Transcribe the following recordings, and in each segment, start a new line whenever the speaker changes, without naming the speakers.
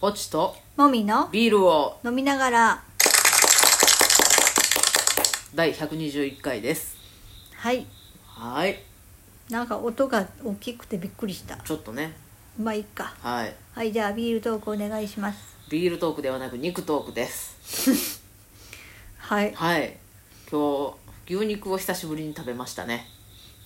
ポチと
もみの
ビールを
飲みながら
第121回です
はい
はい
なんか音が大きくてびっくりした
ちょっとね
まあいいか
はい
はいじゃあビールトークお願いします
ビールトークではなく肉トークです
はい
はい今日牛肉を久しぶりに食べましたね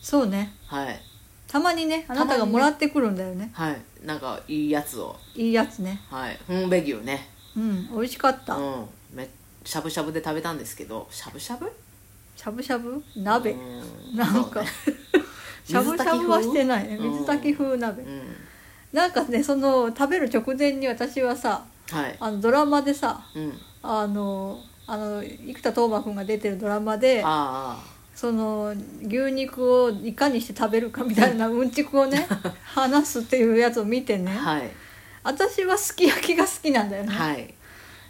そうね
はい
たまにねあな
た
た
ま
が
にね
もらってくるんだよね
はいなんかいいやつを
いいやつね
はいふんべ牛ね
うん美味しかった
うんめしゃぶしゃぶで食べたんですけどしゃぶしゃぶ
しゃぶしゃぶ鍋
うん
なんか、 しゃぶしゃぶはしてないね水炊き風
そ
鍋
うね
なんかねその食べる直前に私はさ
うんはい
あのドラマでさ
うん
あのあの生田斗真君が出てるドラマで
あ
その牛肉をいかにして食べるかみたいなうんちくを ね話すっていうやつを見てね
あああはい
私はすき焼きが好きなんだよね、
はい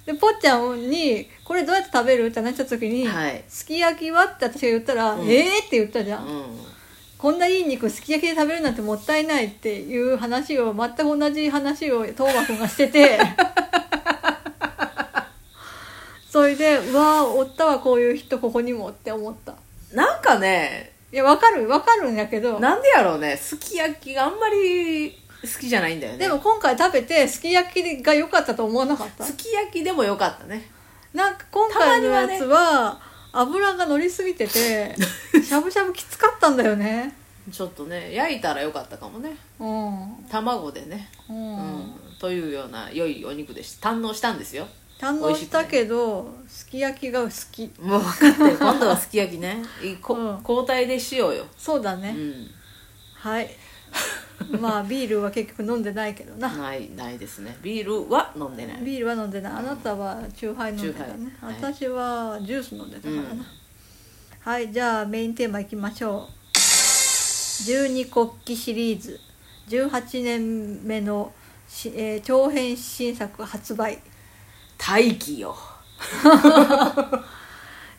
でぽっちゃんに「これどうやって食べる?」って話した時に「
はい
すき焼きは?」って私が言ったら「
うん
ええー!」って言ったじゃ、
うんん
こんないい肉すき焼きで食べるなんてもったいないっていう話を全く同じ話を東和君がし ててそれでうわーおったわこういう人ここにもって思った
なんかね
いやわかるわかるんだけど
なんでやろうねすき焼きがあんまり好きじゃないんだよね
でも今回食べてすき焼きが良かったと思わなかった
すき焼きでもよかったね
なんか今回のやつは油が乗りすぎて てしゃぶしゃぶきつかったんだよね
ちょっとね焼いたらよかったかもね
うん、うん
卵でね、うんというような良いお肉でした堪能したんですよ
堪能したけど、すき焼きが好き
もう分 かってる今度はすき焼きねいこ、
うん
交代でしようよ、
そうだ
う
ね、
ん、
はいまあビールは結局飲んでないけど な
ないないですねビールは飲んでない、
ビールは飲んでないあなたはチューハイ飲んでたね
チューハイはい
私はジュース飲んでた
う
からな、
ん、
はいじゃあメインテーマいきましょう12国旗シリーズ18年目のし、えー長編新作発売
大気よ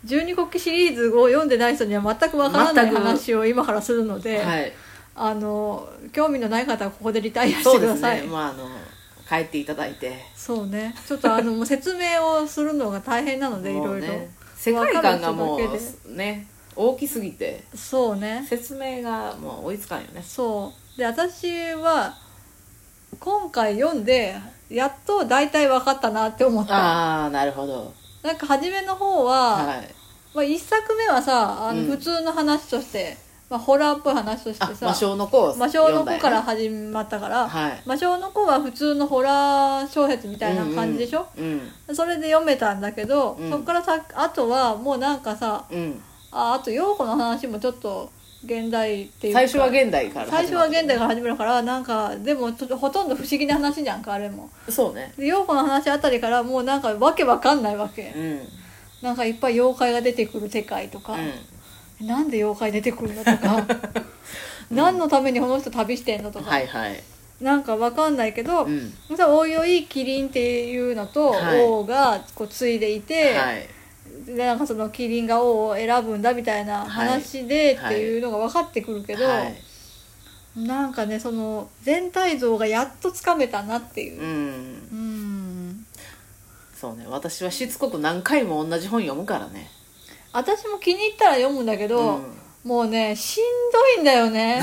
12国旗シリーズを読んでない人には全くわからない
全く
話を今からするので、
はい
あの興味のない方はここでリタイアし
そ
て
う
く
で
だ
す
さい
ねまああの帰っていただいて
そうねちょっとあのもう説明をするのが大変なのでい
もう
ろいろ
ね世界観がも
わかる人だ
うね大きすぎて
そうね
説明がもう追いつかんよね
そうで私は今回読んでやっと大体分かったなって思った
ああなるほど
なんか初めの方は、
はい
まあ、1作目はさあ
う
の
ん
普通の話として、まあ、ホラーっぽい話とし
あ
てさ
魔性の子を
魔性の子
読ん
か
だよ
ら
ね
始まったから、
はい
魔性の子は普通のホラー小説みたいな感じでしょ、
うん
それで読めたんだけど、
うん
そこからさあとはもうなんかさ
うん、うん
ああと陽子の話もちょっと現代っていうか
最初は現代から
最初は現代
か
から始めるからなんかでもちょっとほとんど不思議な話じゃんかあれも
らそうね
で陽子の話あたりからもうなんかわけわかんないわけ
うんうん
なんかいっぱい妖怪が出てくる世界とか、なんで妖怪出てくるのと か何のためにこの人旅してんのとか、
はいはい
なんかわかんないけど、
うん
そしたらおいおいキリンっていうのと
はい
王がこうついでいて、
はい
でなんかそのキリンが王を選ぶんだみたいな話でっていうのが分かってくるけど、
はい
なんかねその全体像がやっとつかめたなっていうう。
ん
うん
そうね私はしつこく何回も同じ本読むからね
私も気に入ったら読むんだけど、
ん
もうねしんどいんだ よね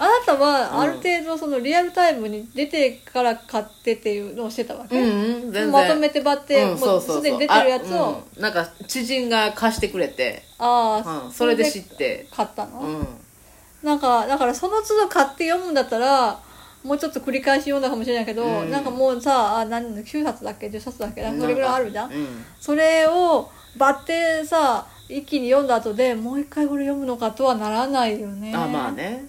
あなたはある程度そのリアルタイムに出てから買ってっていうのをしてたわけ、
うんうん全然
まとめてばって、
うん
も
そううそうそう
すでに出てるやつを
あうんなんか知人が貸してくれて、
ああ、
うん、それで知って
買ったの、
うん
なんかだからその都度買って読むんだったらもうちょっと繰り返し読んだかもしれないけど、
うん
なんかもうさあ何9冊だっけ10冊だっけなんかそれぐらいあるじゃん
うん
それをバッてさ一気に読んだ後でもう一回これ読むのかとはならないよね
あまあね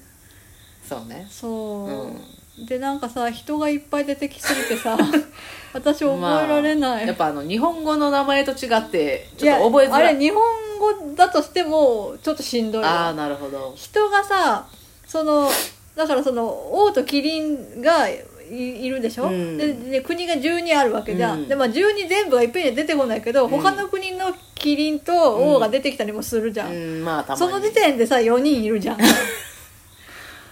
そうね
そう
うん、
でなんかさ人がいっぱい出てきすぎ てさ私覚えられない、
やっぱあの日本語の名前と違って
い
ちょ
や
っと覚えづら
あ
い
れ日本語だとしてもちょっとしんどい
あ
わ
あなるほど
人がさそのだからその王とキリンがいいるでしょ、
うん
でで国が12あるわけじゃん、
うん
でまあ12全部がいっぺんには出てこないけど、
ん
他の国のキリンと王が出てきたりもするじゃん、
うんまあたまに
その時点でさ4人いるじゃんだ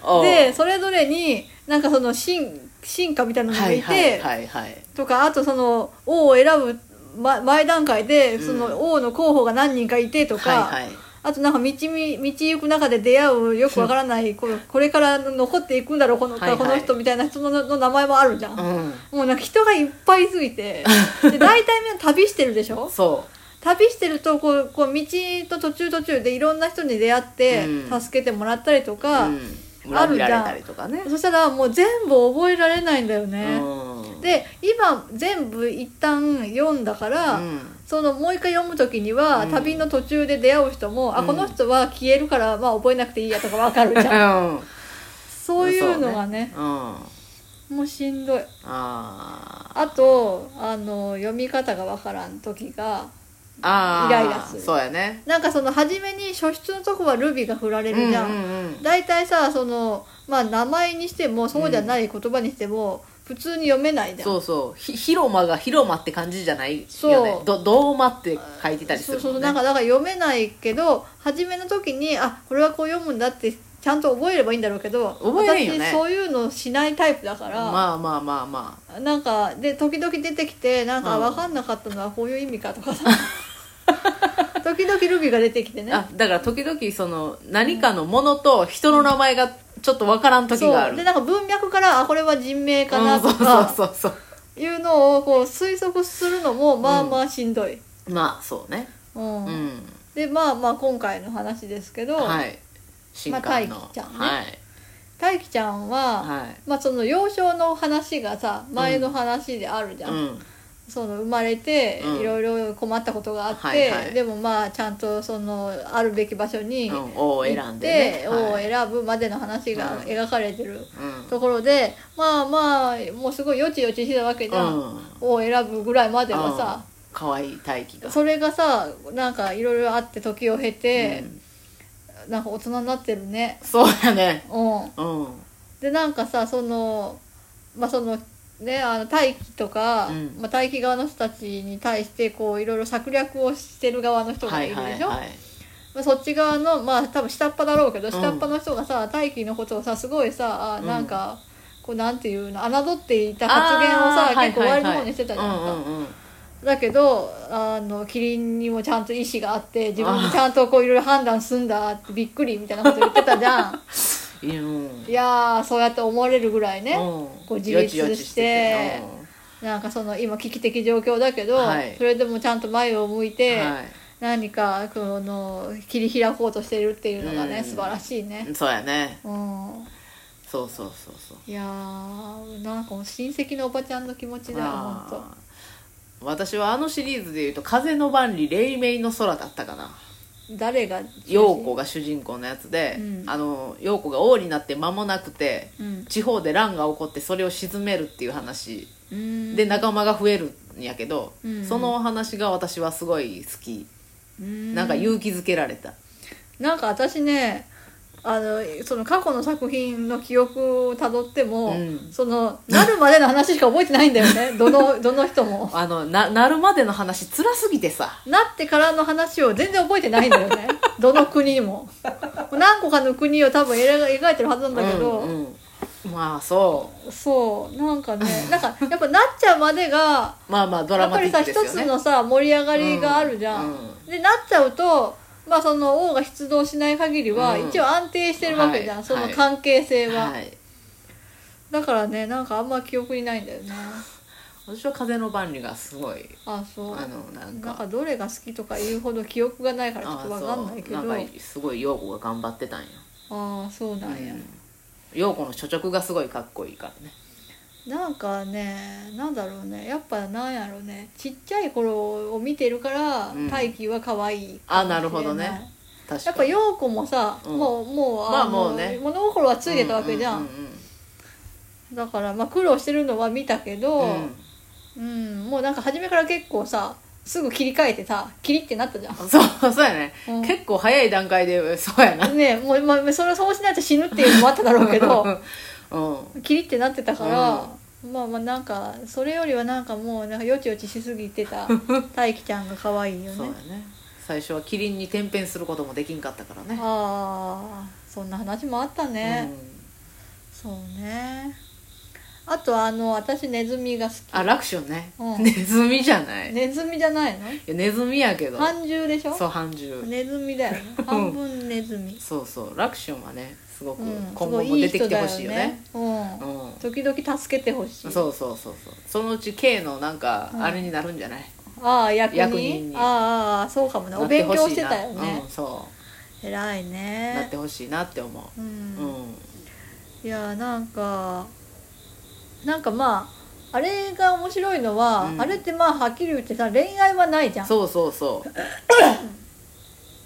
おう
でそれぞれになんかその進進化みたいなのが
はいい
て、
はいはいはい
とかあとその王を選ぶま前段階で
うん
その王の候補が何人かいてとか、
はいはい
あとなんか道み道行く中で出会うよくわからないこれこれから残っていくんだろうこの,、
はいはい
この人みたいな人のの名前もあるじゃん、
うん
もうなんか人がいっぱいすぎ てで大体みんな旅してるでしょ
そ
旅してるとこうこう道と途中途中でいろんな人に出会って
うん
助けてもらったりと
う、
か、
うん、裏切られたりとかね
そしたらもう全部覚えられないんだよ
う
ね、
ん、
で今全部一旦読んだから、
うん
そのもう一回読む時には、
うん
旅の途中で出会う人も、あ
うん
この人は消えるから、まあ、覚えなくていいやとかわかる じゃん
うん
そういうのがね
うん、あ
もうしんどい
あ
あとあの読み方がわからん時が
ああ
イライラする
そうやね
なんかその初めに初出のとこはルビが振られるじゃ
うんうんうん
大体さその、まあ、名前にしてもそうじゃない言葉にしても、普通に読めないじゃん
そうそうひ広間が広間って感じじゃないよね
そう
ど道間って書いてたりす
そう
る
そ
も
うんなん
ね
かだから読めないけど初めの時にあこれはこう読むんだってちゃんと覚えればいいんだろうけど
覚えないよね
私そういうのしないタイプだから、
まあまあまあま
なんかで時々出てきてなんか
うん
分かんなかったのはこういう意味か とかさ時々ルビが出てきてね
ああだから時々その何かのものと人の名前がちょっとわからん時があ
そう
る
でなんか文脈からあこれは人名かな
うんそ
と
う
か
そうそうそう
いうのをこう推測するのもまあまあしんどい、
まあそうね
うん
うん
でまあまあ今回の話ですけど、
はい新刊の、
まあ大輝ちゃんね
はい
大輝ちゃんは、
は
まあ、その幼少の話がさ前の話であるじ
い
ゃ、
うんん
その生まれて
うん
いろいろ困ったことがあって、
はいはい
でもまあちゃんとそのあるべき場所に
う
行っ
ん王を
て、
選んでね
王を
はい
選ぶまでの話が
うん
描かれてる
うん
ところで、まあまあもうすごいよちよちしてたわけじゃん、
うん
王を選ぶぐらいまではさ、
うん可愛い大輝が
それがさなんかいろいろあって時を経て
う、ん
なんか大人になってるね。
そうやね
う
う
ん
ん
でなんかさそのまあそのねあの大気とか、
うん
まあ、大気側の人たちに対してこういろいろ策略をしてる側の人が
はいい
るでしょ、
はいはい
まあ、そっち側のまあ多分下っ端だろうけど、
ん
下っ端の人がさ大気のことをさすごいさあ
うん
なんか、こうなんていうの侮っていた発言をさ
あー
結構終
は
わ
い
り
はいは
の方
い
にしてたじゃんか、
うんうんうん
だけどあのキリンにもちゃんと意思があって自分にちゃんとこういろいろ判断すんだってびっくりみたいなこと言ってたじ ゃん
いやうん
いやーそうやって思われるぐらいね、
うん
こう自
よちよ
立
ち
して
て
なんかその今危機的状況だけど、
はい
それでもちゃんと前を向い
て
て、
うんはい
何かこの切り開こうとしてるっていうのがね、
うん
素晴らしいね。
そうやね
うん、
そうそうそうそう
いやーなんかもう親戚のおばちゃんの気持ちだよ
あー
本
私はあのシリーズでいうと「風の万里黎明の空」だったかな
当誰が
陽子が主人公のやつで、
うん
あの陽子が王になって間もなくて
うん
地方で乱が起こってそれを沈めるっていう話
うん
で仲間が増えるんやけど、
うん
そのお話が私はすごい好き、
うん
なんか勇気づけられた、
なんか私ねあのその過去の作品の記憶をたどっても、
うん
そのなるまでの話しか覚えてないんだよ ねどのどの人も。
あのななるまでの話辛すぎてさ
なってからの話を全然覚えてないんだ よねどの国も何個かの国を多分描描いてるはずなんだけど、
うんうんまあそ
そうなんかねなんかやっぱなっちゃうまでが
うまあまあド
や
ラ
っ
マ
ぱ
ティ
り
ッ
さ
ク
一
ですよね
つのさ盛り上がりがあるじゃん、
うんうん
でなっちゃうとまあその王が出動しない限りは
うん
一応安定してるわけじゃん、
はい
その関係性は、
はい、
だからねなんかあんま記憶にないんだよ ね
私は風の万里がすごい
あそう
あのなんか
なんかどれが好きとか言うほど記憶がないからちょっ
あ
と
あ
わかんないけど
そ
あ
うなんかすごい陽子が頑張ってたんよ
あそうなんや、
うん陽子の初直がすごいかっこいいからね
なんかねなんだろうねやっぱなんやろうねちっちゃい頃を見てるから、
うん
大輝は可愛い
あ
かもしれい
なるほどね確かに
やっぱ陽子もさ、
うん
もうもう
まあ
の
もうね
物心はついてたわけじゃ
う
ん,、
う
だからまあ苦労してるのは見たけ
う
ど、
んう
うんんもうなんか初めから結構さすぐ切り替えてさキリってなったじゃん
うんそうそうやね、
うん
結構早い段階でそうやな
ねもう、まあ、それそうしないと死ぬっていうのもあっただろうけど
うん
キリってなってたから、まあまあなんかそれよりはなんかもうなんかよちよちしすぎて た大輝ちゃんが可愛いよ
そうや
ね
ね最初はキリンに転変することもできんかったからね
ああそんな話もあったね、
うん
そうねあとあの私ネズミが好き
あ楽勝ね、
うん
ネズミじゃない,、
ネズミじゃない
いやネズミやけど
の半獣でしょ
そう半獣、
ネズミだよね
うん
半分ネズミ、
そうそう楽勝はねすごく
うん、
今後も出てきてほしいよね,、
すごいいい人だよね、
うん
うん、時々助けてほしい
そうそうそうそうそのうち K のなんか
うん
あれになるんじゃない、
ああ役人
役人に
ああああそうかもね
な
お
って
勉
ほ
強
い
してたよ
う
ね
ん、、そ
偉いう
なっ
ね
てほしいなって思
う
う、
ん
うん
いやなんかなんかまああれが面白いのは、
うん
あれってまあはっきり言ってさ恋愛はないじゃん
そうそうそう、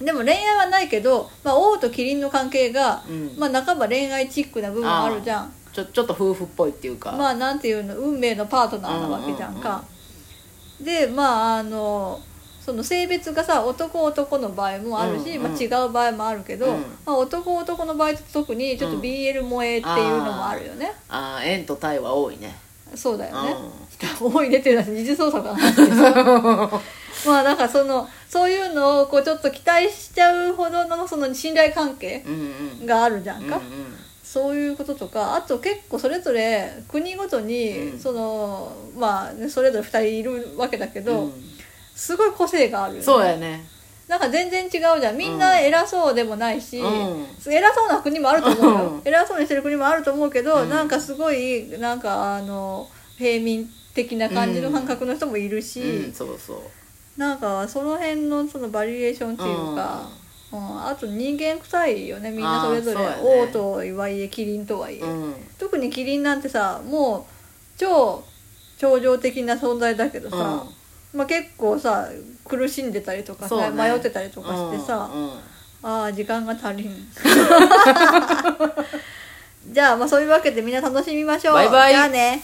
でも恋愛はないけど、まあ、王とキリンの関係が、
うん
まあ、半ば恋愛チックな部分あるじゃん
ちょちょっと夫婦っぽいっていうか、
まあなんていうの運命のパートナーなわけじゃんか、でまああのその性別がさ男男の場合もあるし、
うんうん
まあ、違う場合もあるけど、
うん
まあ、男男の場合って特にちょっと
うん
BL 萌えっていうのもあるよね、
あー縁と体は多い ね
そうだよね、
うん
思い出てるのは二次創作の話でしょ まあなんかそのそういうのをこうちょっと期待しちゃうほどのその信頼関係
うんうん
があるじゃんか、
うんうん
そういうこととかあと結構それぞれ国ごとに、
うん
そのまあねそれぞれ2人いるわけだけど、
うん
すごい個性があるよね
そうやね
なんか全然違うじゃんみんな偉そうでもないし、
うん
偉そうな国もあると思うよ、
うん
偉そうにしてる国もあると思うけど、
うん
なんかすごいなんかあの平民的な感じの感覚の人もいるし、
うんそうそう
なんかその辺のそのバリエーションっていうか、うんあと人間臭いよねみんなそれぞれ、
あーそうやね
王とはいえキリンとはいえ、
うん
特にキリンなんてさもう超超常的な存在だけどさ、まあ、結構さ苦しんでたりとか
そう
さ、
ね
迷ってたりとかしてさ、
うんうん
ああ時間が足りん じゃあまあそういうわけでみんな楽しみましょう
バイバイ
じゃあね